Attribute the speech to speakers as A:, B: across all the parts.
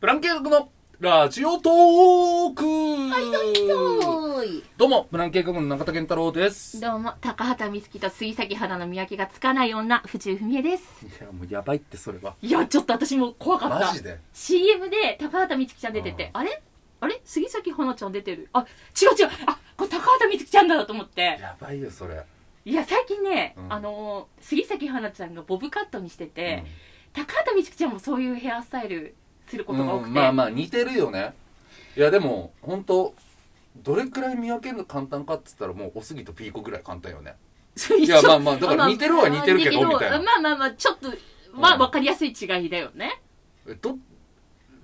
A: フランケ計画のラジオトーク
B: どーい
A: どうも、フランケ計画の中田健太郎です。い
B: どうも高畑美月と杉咲花の見分けがつかない女藤井文江です
A: や、もうやばいって、それは。
B: いやちょっと私も怖かった
A: マジで
B: CM で高畑美月ちゃん出ててあれあれ杉咲花ちゃん出てるあ違う違うあこれ高畑美月ちゃんだと思って
A: やばいよ、それ。
B: いや最近ね、
A: うん
B: あのー杉咲花ちゃんがボブカットにしてて、高畑美月ちゃんもそういうヘアスタイルする
A: う
B: こ
A: ん
B: とが多くて、
A: うんまあまあ、似てるよね。いや、でも、ほんと、どれくらい見分けるの簡単かって言ったら、もう、おすぎとピーコぐらい簡単よね。
B: そう一緒
A: いやまあまあだから似てるは似てるけど
B: まあ
A: みたいな
B: まあまあまあちょっとまあ分かりやすい違いだよね、
A: えど、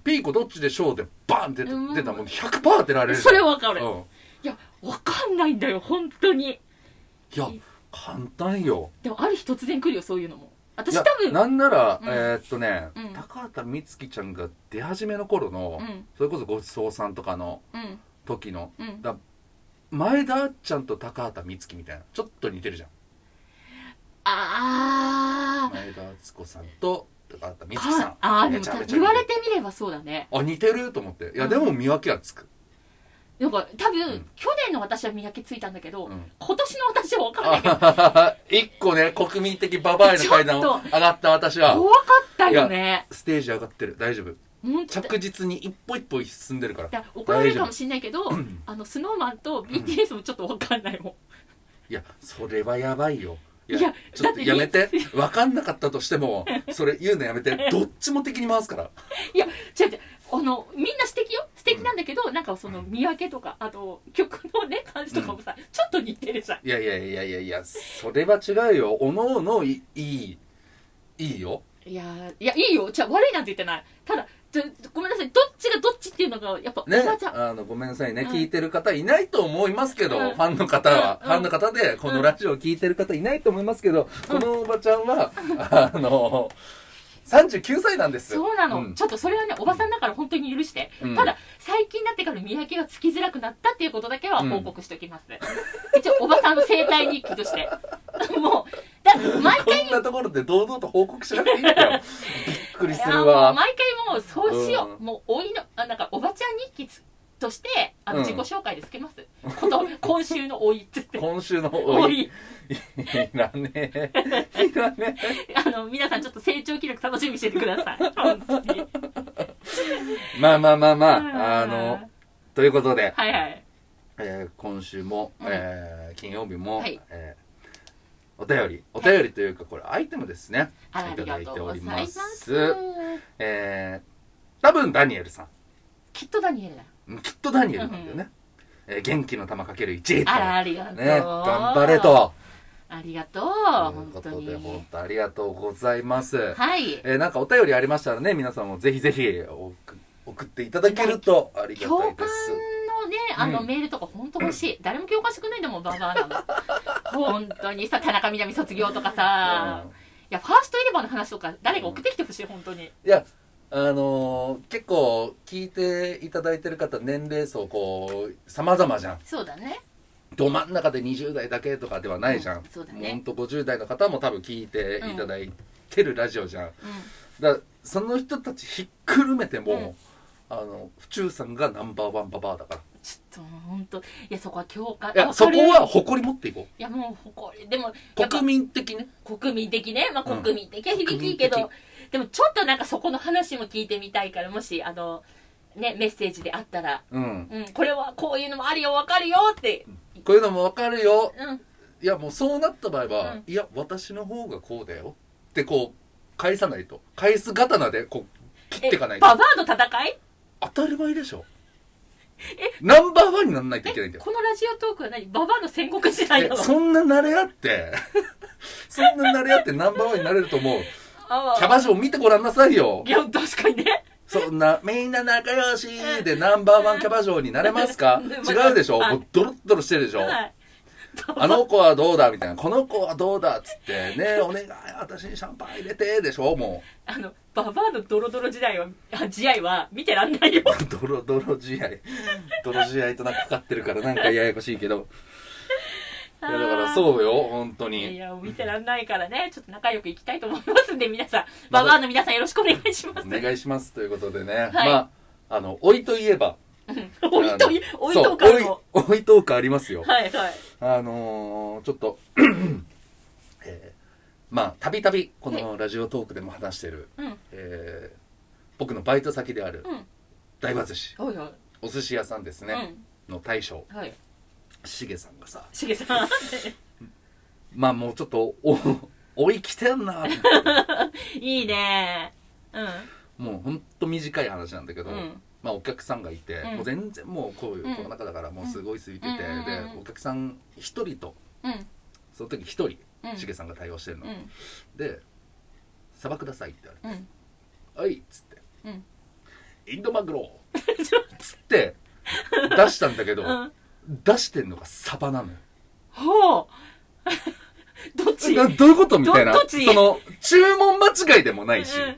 A: ピーコどっちでしょうで、バーンって
B: うん
A: 出たらもう100%当てられる。
B: それはわかる
A: うん。
B: いや、わかんないんだよ、本当に。
A: いや、簡単よ。
B: でも、ある日突然来るよ、そういうのも。私
A: いや
B: 多分、
A: なんなら、
B: うん
A: えーっとね、
B: うん
A: 高畑充希ちゃんが出始めの頃の、
B: うん
A: それこそごちそうさんとかの
B: うん、
A: 時の
B: うん。
A: だ前田あっちゃんと高畑充希みたいなちょっと似てるじゃん
B: あ
A: 前田敦子さんと高畑
B: ー、
A: 充希さん
B: かあー、で
A: め
B: も
A: ちゃ
B: た
A: めちゃ
B: 言
A: 似
B: わ
A: て
B: れ
A: る
B: てみればそうだね。
A: あ似てると思っていや、
B: うん
A: でも見分けはつく、
B: なんか、多分、
A: うん
B: 去年の私は見分けついたんだけど、
A: うん
B: 今年の私はわからないけど、
A: あ 一個ね国民的ババアへの階段
B: ちょ
A: を
B: っと
A: 上がった私は
B: 怖かったよね。
A: ステージ上がってる大丈夫
B: 本当だ
A: 着実に一歩一歩進んでるから
B: だ怒られるかもしれないけど、あの、スノーマンと BTS もちょっとわかんないもん。
A: いやそれはやばいよい
B: いや
A: ちょっと
B: だって
A: やめて分かんなかったとしてもそれ言うのやめてどっちも敵に回すから
B: いや、違う違う。あの、みんな素敵よ。素敵なんだけど、なんかその、見分けとか、あと、曲のね、感じとかもさ、ちょっと似てるじゃん。
A: いやいやいやいやいやそれは違うよおのおのいいいいいいよ
B: いやーいや、いいよ。じゃあ悪いなんて言ってない。ただ、ちょごめんなさい。どっちがどっちっていうのが、やっぱ、
A: ね
B: おばちゃん。
A: あのごめんなさいね、
B: うん
A: 聞いてる方いないと思いますけど、
B: う
A: フ
B: ん
A: ァンの方は、
B: うん
A: ファンの方でこのラジオを聞いてる方いないと思いますけど、このおばちゃんは、あの39歳なんです
B: そうなの、
A: ん
B: ちょっとそれはね、おばさんだから本当に許して。
A: うん
B: ただ、最近になってから見分けがつきづらくなったっていうことだけは
A: うん
B: 報告しておきます。一応、おばさんの生態日記として。 もう、だって毎
A: こ
B: 回、
A: んなところで堂々と報告しなくていいん だよびっくりす
B: いや
A: る
B: もう
A: わ
B: 毎回もう、そうしよう。
A: う
B: もう、おいの、あなんか、おばちゃん日記つとして、あの、
A: うん
B: 自己紹介でつけます。こと、今週のおいっつって。
A: 今週の
B: お
A: おい
B: い。
A: いらねえ。いらね
B: あの、皆さんちょっと成長記録楽しみにしててく ださい。本当に。
A: え。まあまあまあまあ、あ
B: うん
A: の、ということで、
B: はいはい。
A: えー今週も、
B: うん
A: えー金曜日も、
B: はい
A: えーお便り、お便りというか、これアイテムですね。
B: ありがとうございます。
A: えー、多分ダニエルさ
B: きっとダニエルだ。
A: ん。きっとダニエルなんだよね。えー元気の玉かける1
B: あら、
A: ね、
B: ありがとう。
A: 頑張れ。と。
B: ありが
A: と
B: とう。
A: いう
B: 本
A: こ
B: 当
A: とで、本
B: に。
A: 当ありがとうございます。
B: はい。
A: えーなんかお便りありましたらね、皆さんもぜひぜひ送送っていただけるとありがた
B: 共
A: いで
B: 感
A: す。
B: のね、あ
A: う
B: の
A: ん
B: メールとか本当欲しい。誰も共感してくれないんだもん、ババア なの。本当にさ、田中みな実卒業とかさ。
A: うん
B: いや、ファーストイレバーの話とか、誰が送ってきてほしい、本当に。
A: いや、あのー結構聞いていただいてる方、年齢層こう、様々じゃん。
B: そうだね。
A: ど真ん中で20代だけとかではないじゃん。
B: うんそうだね
A: もほんと50代の方も多分聞いていただいてるラジオじゃん。
B: うん。
A: だからその人たちひっくるめても、
B: うん
A: あの、府中さんがナンバーワンババアだか
B: ちょっと、本当。いや、そこは共感。
A: ら。いや、そこは誇り持っていこ
B: いやもう誇りでも
A: う。
B: やっぱ
A: 国民的ね。
B: 国民的ね、まあ、
A: うん
B: 国民的は響きいいけど、
A: 国民
B: でもちょっとなんかそこの話も聞いてみたいからもしあの、ね、メッセージであったら、
A: うん。
B: うん、これはこういうのもあるよわかるよって、
A: こういうのもわかるよ。
B: うん、
A: いや、もうそうなった場合は、
B: うん
A: いや、私の方がこうだよ。ってこう、返さないと。返す刀で、こう、切っていかないと
B: バ。バアの戦い
A: 当たり前でしょ。ナンバーワンにならないといけないんだ
B: え
A: よ。
B: このラジオトークは何ババアの戦国時代
A: え
B: なの
A: そんな慣れ合 って、そんな慣れ合ってナンバーワンになれると思う。
B: ああ
A: キャバ嬢見てごらんなさいよ
B: い。や確かにね
A: そんな、みんな仲良しでナンバーワンキャバ嬢になれます か
B: うん
A: 違うでしょ
B: はい
A: もうドロッドロしてるでしょ
B: はい
A: あの子はどうだみたいな。この子はどうだっつって、ねえお願い、私にシャンパン入れて、でしょも
B: あのババアのドロドロ時代はあ試合は見てらんないよ
A: う、ドロドロ試合。ドロ試合となんかかかってるからなんかややこしいけど。いやだからそうよ本当
B: いやい
A: に
B: や、見てらんないからね、ちょっと仲良く行きたいと思いますんで、皆さん、ババアの皆さんよろしくお願いします。
A: お願いしますということでね、
B: はい
A: まああの老いといえば
B: おいとい、
A: あの
B: おいとか
A: そう
B: も。
A: 老い 老いトークありますよ
B: はいはい。
A: あのーちょっと、 えーまあたびたびこのラジオトークでも話してる、
B: うん、
A: えー僕のバイト先である
B: うん。
A: 大和寿司
B: はいは
A: お寿司屋さんです
B: い。
A: ね、の大将
B: うん。はい。
A: しげさんがさ
B: しげさん。
A: まあもうちょっとお 老いきてんなって
B: いいねうん。
A: もうほんと短い話なんだけど、
B: うん
A: まあお客さんがいて、
B: うん
A: もう全然もうこういう、
B: うん
A: この中だからもうすごい空いてて、
B: うんうん
A: で
B: うん
A: お客さん一人と
B: うん。
A: その時一人
B: うん
A: しげ、さんが対応してるの、
B: うん。
A: で「さばください」って言われて
B: う
A: 「
B: ん。
A: はい」っつって
B: うん。
A: 「インドマグロ」
B: ちょっ
A: つって出したんだけど、
B: と。うん。
A: 出してんのがサバなのよ
B: ほう。 どっち
A: などういうことみたいな
B: どっ
A: そ
B: ち
A: の注文間違いでもないし、
B: うん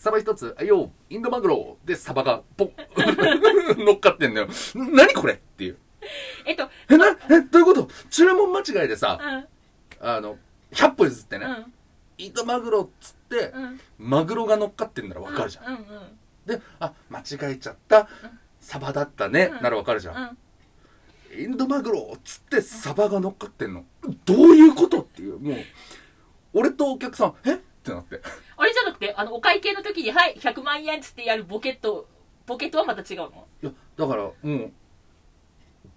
A: サバ一つ、あいよ、インドマグロでサバが、ポッ、 乗っかってんのよ。何これっていう。
B: えっと、
A: え、な、え、どういうこと注文間違いでさ
B: う、ん。
A: あの、100歩譲ってね、
B: うん。
A: インドマグロっつって、
B: うん。
A: マグロが乗っかってんならわかるじゃん。
B: うん。うん。
A: で、あ、間違えちゃった、サバだったね、
B: うん
A: ならわかるじゃん。
B: うん。
A: インドマグロっつってサバが乗っかってんの。どういうことっていう、もう、俺とお客さん、えってなって。
B: あれじゃなくて、あの、お会計の時に、はい、100万円っつってやるボケと、ボケとはまた違うの
A: いや、だから、もう、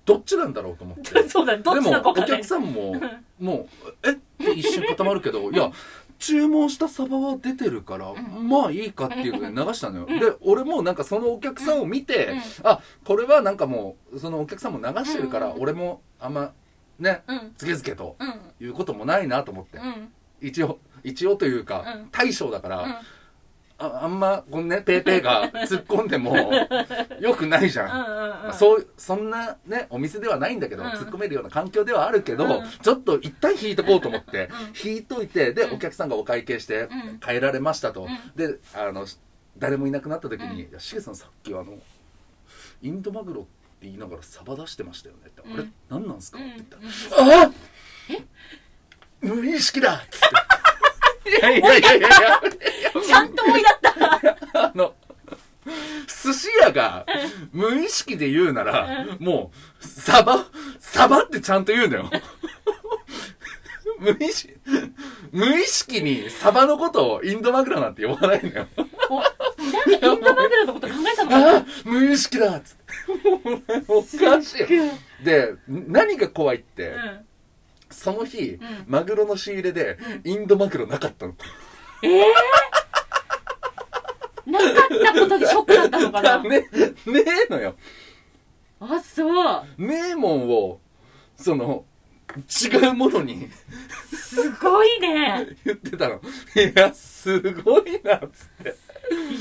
A: どっちなんだろうと思って。
B: そうだ、どっち
A: で
B: の
A: も
B: 子
A: お
B: かね
A: 客。さんももうえって一瞬固まるけどいや注文したサバは出てるから、まあいいかっていうので 流したのよ。で、俺もなんかそのお客さんを見て、
B: うん
A: あ、これはなんかもう、そのお客さんも流してるから、
B: うん
A: 俺もあんま、ね、
B: うん。
A: つけづけと
B: うん。
A: いうこともないなと思って。
B: うん。
A: 一応、一応というか、
B: うん
A: 大将だから、
B: うん。
A: ああんま、このね、ペーペーが突っ込んで も、よくないじゃん。まあ
B: う
A: そうそんなねお店ではないんだけど、
B: うん
A: 突っ込めるような環境ではあるけど、
B: うん
A: ちょっと一旦引いとこうと思って、
B: う
A: 引いといてで、
B: うん
A: お客さんがお会計して
B: うん
A: 変えられましたと、
B: うん
A: であの誰もいなくなった時に
B: うん
A: いや「しげさんさっきあのインドマグロって言いながらサバ出してましたよね」って「
B: うん
A: あれ何なんすか?」
B: う
A: っ
B: ん
A: て言ったら「ああ無意識だ!」っつって。 いやいやいやいやいや
B: ん。ちゃんと思い出った。
A: あの、寿司屋が無意識で言うなら、もう、サバ、サバってちゃんと言うのよ。無意識、無意識にサバのことをインドマグロなんて呼ばないのよ。
B: おなんかインドマグロのこと考えたの
A: あ
B: か
A: あ無意識だっつって。もうおかしい。で、何が怖いって、
B: なうん。
A: その日、
B: ん
A: マグロの仕入れで、インドマグロなかったの。
B: ええ。なかったことでショックだったのかな
A: ね、ねえのよ。
B: あ、そう。
A: 名門をその違うものに
B: すごいね。
A: 言ってたのいやすごいなっつって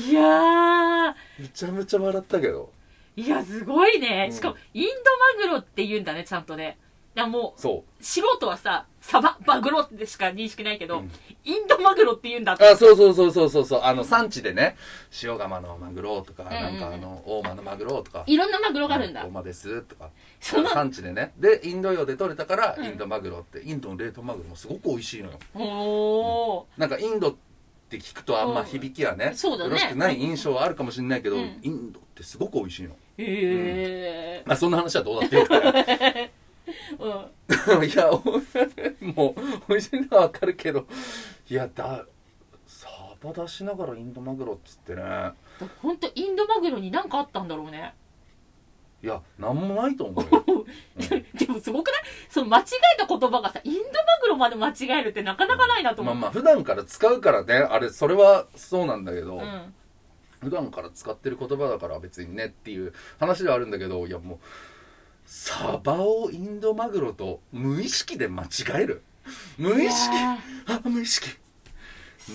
B: いやー。
A: めちゃめちゃ笑ったけど
B: いや、すごいね。
A: うん
B: しかも、インドマグロって言うんだね、ちゃんとね。いや、もう、
A: そ
B: 素人はさ、サバ、マグロってしか認識ないけど、
A: うん
B: インドマグロって言うんだっ
A: う
B: て。
A: あそうそうそうそうそうそうあの産地でね塩釜のマグロとか、
B: んうんうん
A: なんかあの大間のマグロとか
B: いろんなマグロがあるんだ
A: 大。間ですとか
B: その
A: 産地でねでインド洋で取れたから、
B: うん
A: インドマグロってインドの冷凍マグロもすごく美味しいのよ
B: おー。
A: なんかインドって聞くとあんま響きはね,、
B: うんそうだね
A: よろしくない印象はあるかもしれないけど、
B: うん
A: インドってすごく美味しいの
B: へえ。
A: まあそんな話はどうだってよくて
B: うん。
A: いや、おもう、美味しいのはわかるけど、いや、だ、サバ出しながらインドマグロっつってね、
B: 本当インドマグロに何かあったんだろうね。
A: いや、なんもないと思うよ。
B: でもすごくないその間違えた言葉がさ、インドマグロまで間違えるってなかなかないなと
A: ま
B: 思
A: あま
B: う。
A: あ、普段から使うからね、あれ、それはそうなんだけど、
B: うん。
A: 普段から使ってる言葉だから別にねっていう話ではあるんだけど、いや、もう、サバをインドマグロと無意識で間違える。無意識
B: いや
A: あ、無意識
B: す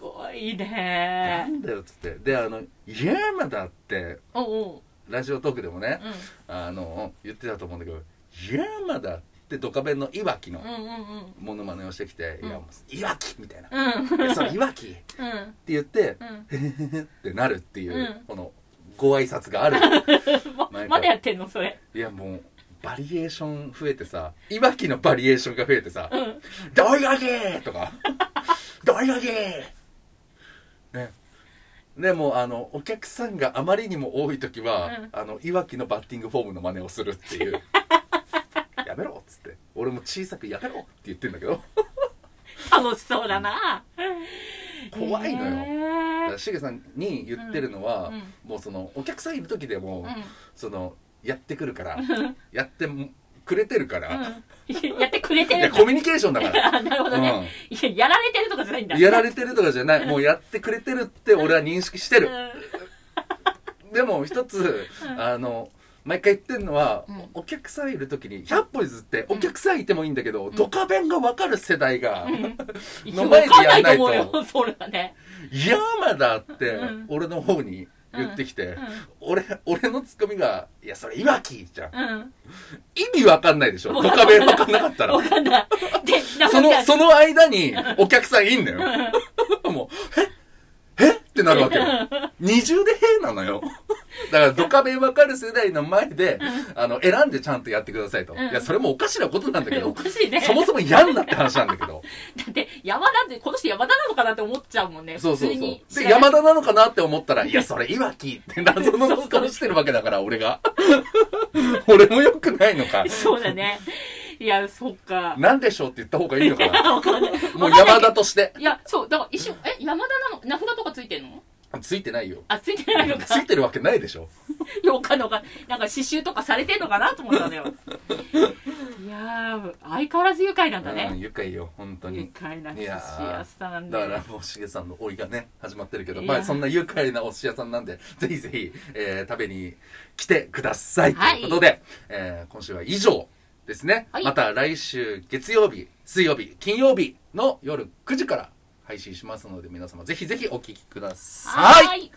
B: ごい
A: な
B: ね。
A: んだよっつって。で、あの、イエーマだって、
B: おう
A: ラジオトークでもね、
B: おう。
A: あの言ってたと思うんだけど「山田」ってドカベンのいわきの
B: うん。うんうん
A: モノマネをしてきて「
B: うん
A: いやもういわき!」みたいな
B: うん。うん。
A: 「そういわき!」って
B: うん。
A: 言って「
B: うん。
A: へへへ」ってなるっていううんこのご挨拶がある
B: ま
A: 毎回
B: まだやってんのそれ。
A: いやもうバリエーション増えてさいわきのバリエーションが増えてさ
B: うん
A: 「どいがけ!」と か「どいがけ!」ねでもあのお客さんがあまりにも多い時は、
B: うん
A: あのいわきのバッティングフォームの真似をするって いう「やめろ」っつって俺も小さく「やめろ」って言ってんだけど
B: 楽しそうだな
A: 怖いのよ、だか
B: よ
A: らしげさんに言ってるのは、
B: うんうん
A: もうそのお客さんいる時でも、
B: うん
A: そのやってくるからやってもくれてるから、
B: うんやってくれて
A: い
B: る
A: や
B: ん
A: コミュニケーションだから、
B: だなるほどね、いややられてるとかじゃないん だ
A: やられてるとかじゃ ないもうやってくれてるって俺は認識して
B: う
A: る
B: ん
A: でも一つ、
B: うん
A: あの毎回言ってんのは、
B: うん
A: お客さんいる時に100歩譲ってお客さんいてもいいんだけど、
B: ん
A: ドカベンが分かる世代が、
B: うん いや
A: 飲まれ
B: わ
A: て
B: かん
A: や
B: なんい
A: ない
B: と
A: と
B: 思うよそれはね
A: いやまだって
B: うん
A: 俺の方に言ってきて、
B: うん
A: 俺俺のツッコミが「いやそれいわきじゃん
B: うん
A: 意味わかんないでしょドカベン分かんなかったら
B: わかんないでなんか
A: その、その間に、お客さんいんのよ。 もう、ええってなるわけよ。二重でへなのよ。だから、ドカベンわかる世代の前で、あの、選んでちゃんとやってくださいと。
B: ん
A: いや、それもおかしなことなんだけ
B: お
A: ど、
B: かしいね
A: そもそも嫌んなって話なんだけど。
B: だって山田ってこの人山田なのかなって思っちゃうもんね
A: そうそ
B: 普
A: う
B: 通に
A: そう。
B: 知
A: で、
B: らない
A: 山田なのかなって思ったら、いや、それ、いわきって謎のツッコミしてるわけだから、俺が。 俺も良くないのか。
B: そうだねいやそっか
A: なんでしょうって言った方がいいのかな。
B: わかんない
A: もう
B: わかんない
A: 山田として。
B: いやそうだから一瞬え山田なの名札とかついてんの
A: ついてないよ。
B: あついてないのか
A: ついてるわけないでしょ。
B: よかのかなんか刺繍とかされてんのかなと思ったのよいやー相変わらず愉快なんだ
A: うん、
B: ね
A: 愉快よ本当
B: 愉
A: に
B: 快ない寿司
A: や
B: 屋さ
A: ー
B: んで
A: だからもうしげさんの追いがね始まってるけど
B: いや
A: まあそんな愉快なお寿司屋さんなんでぜひぜひ、えー食べに来てください、
B: は
A: とい
B: い
A: うことで、えー今週は以上ですね、
B: はい
A: また来週月曜日水曜日金曜日の夜9時から配信しますので皆様ぜひぜひお聞きください
B: ーい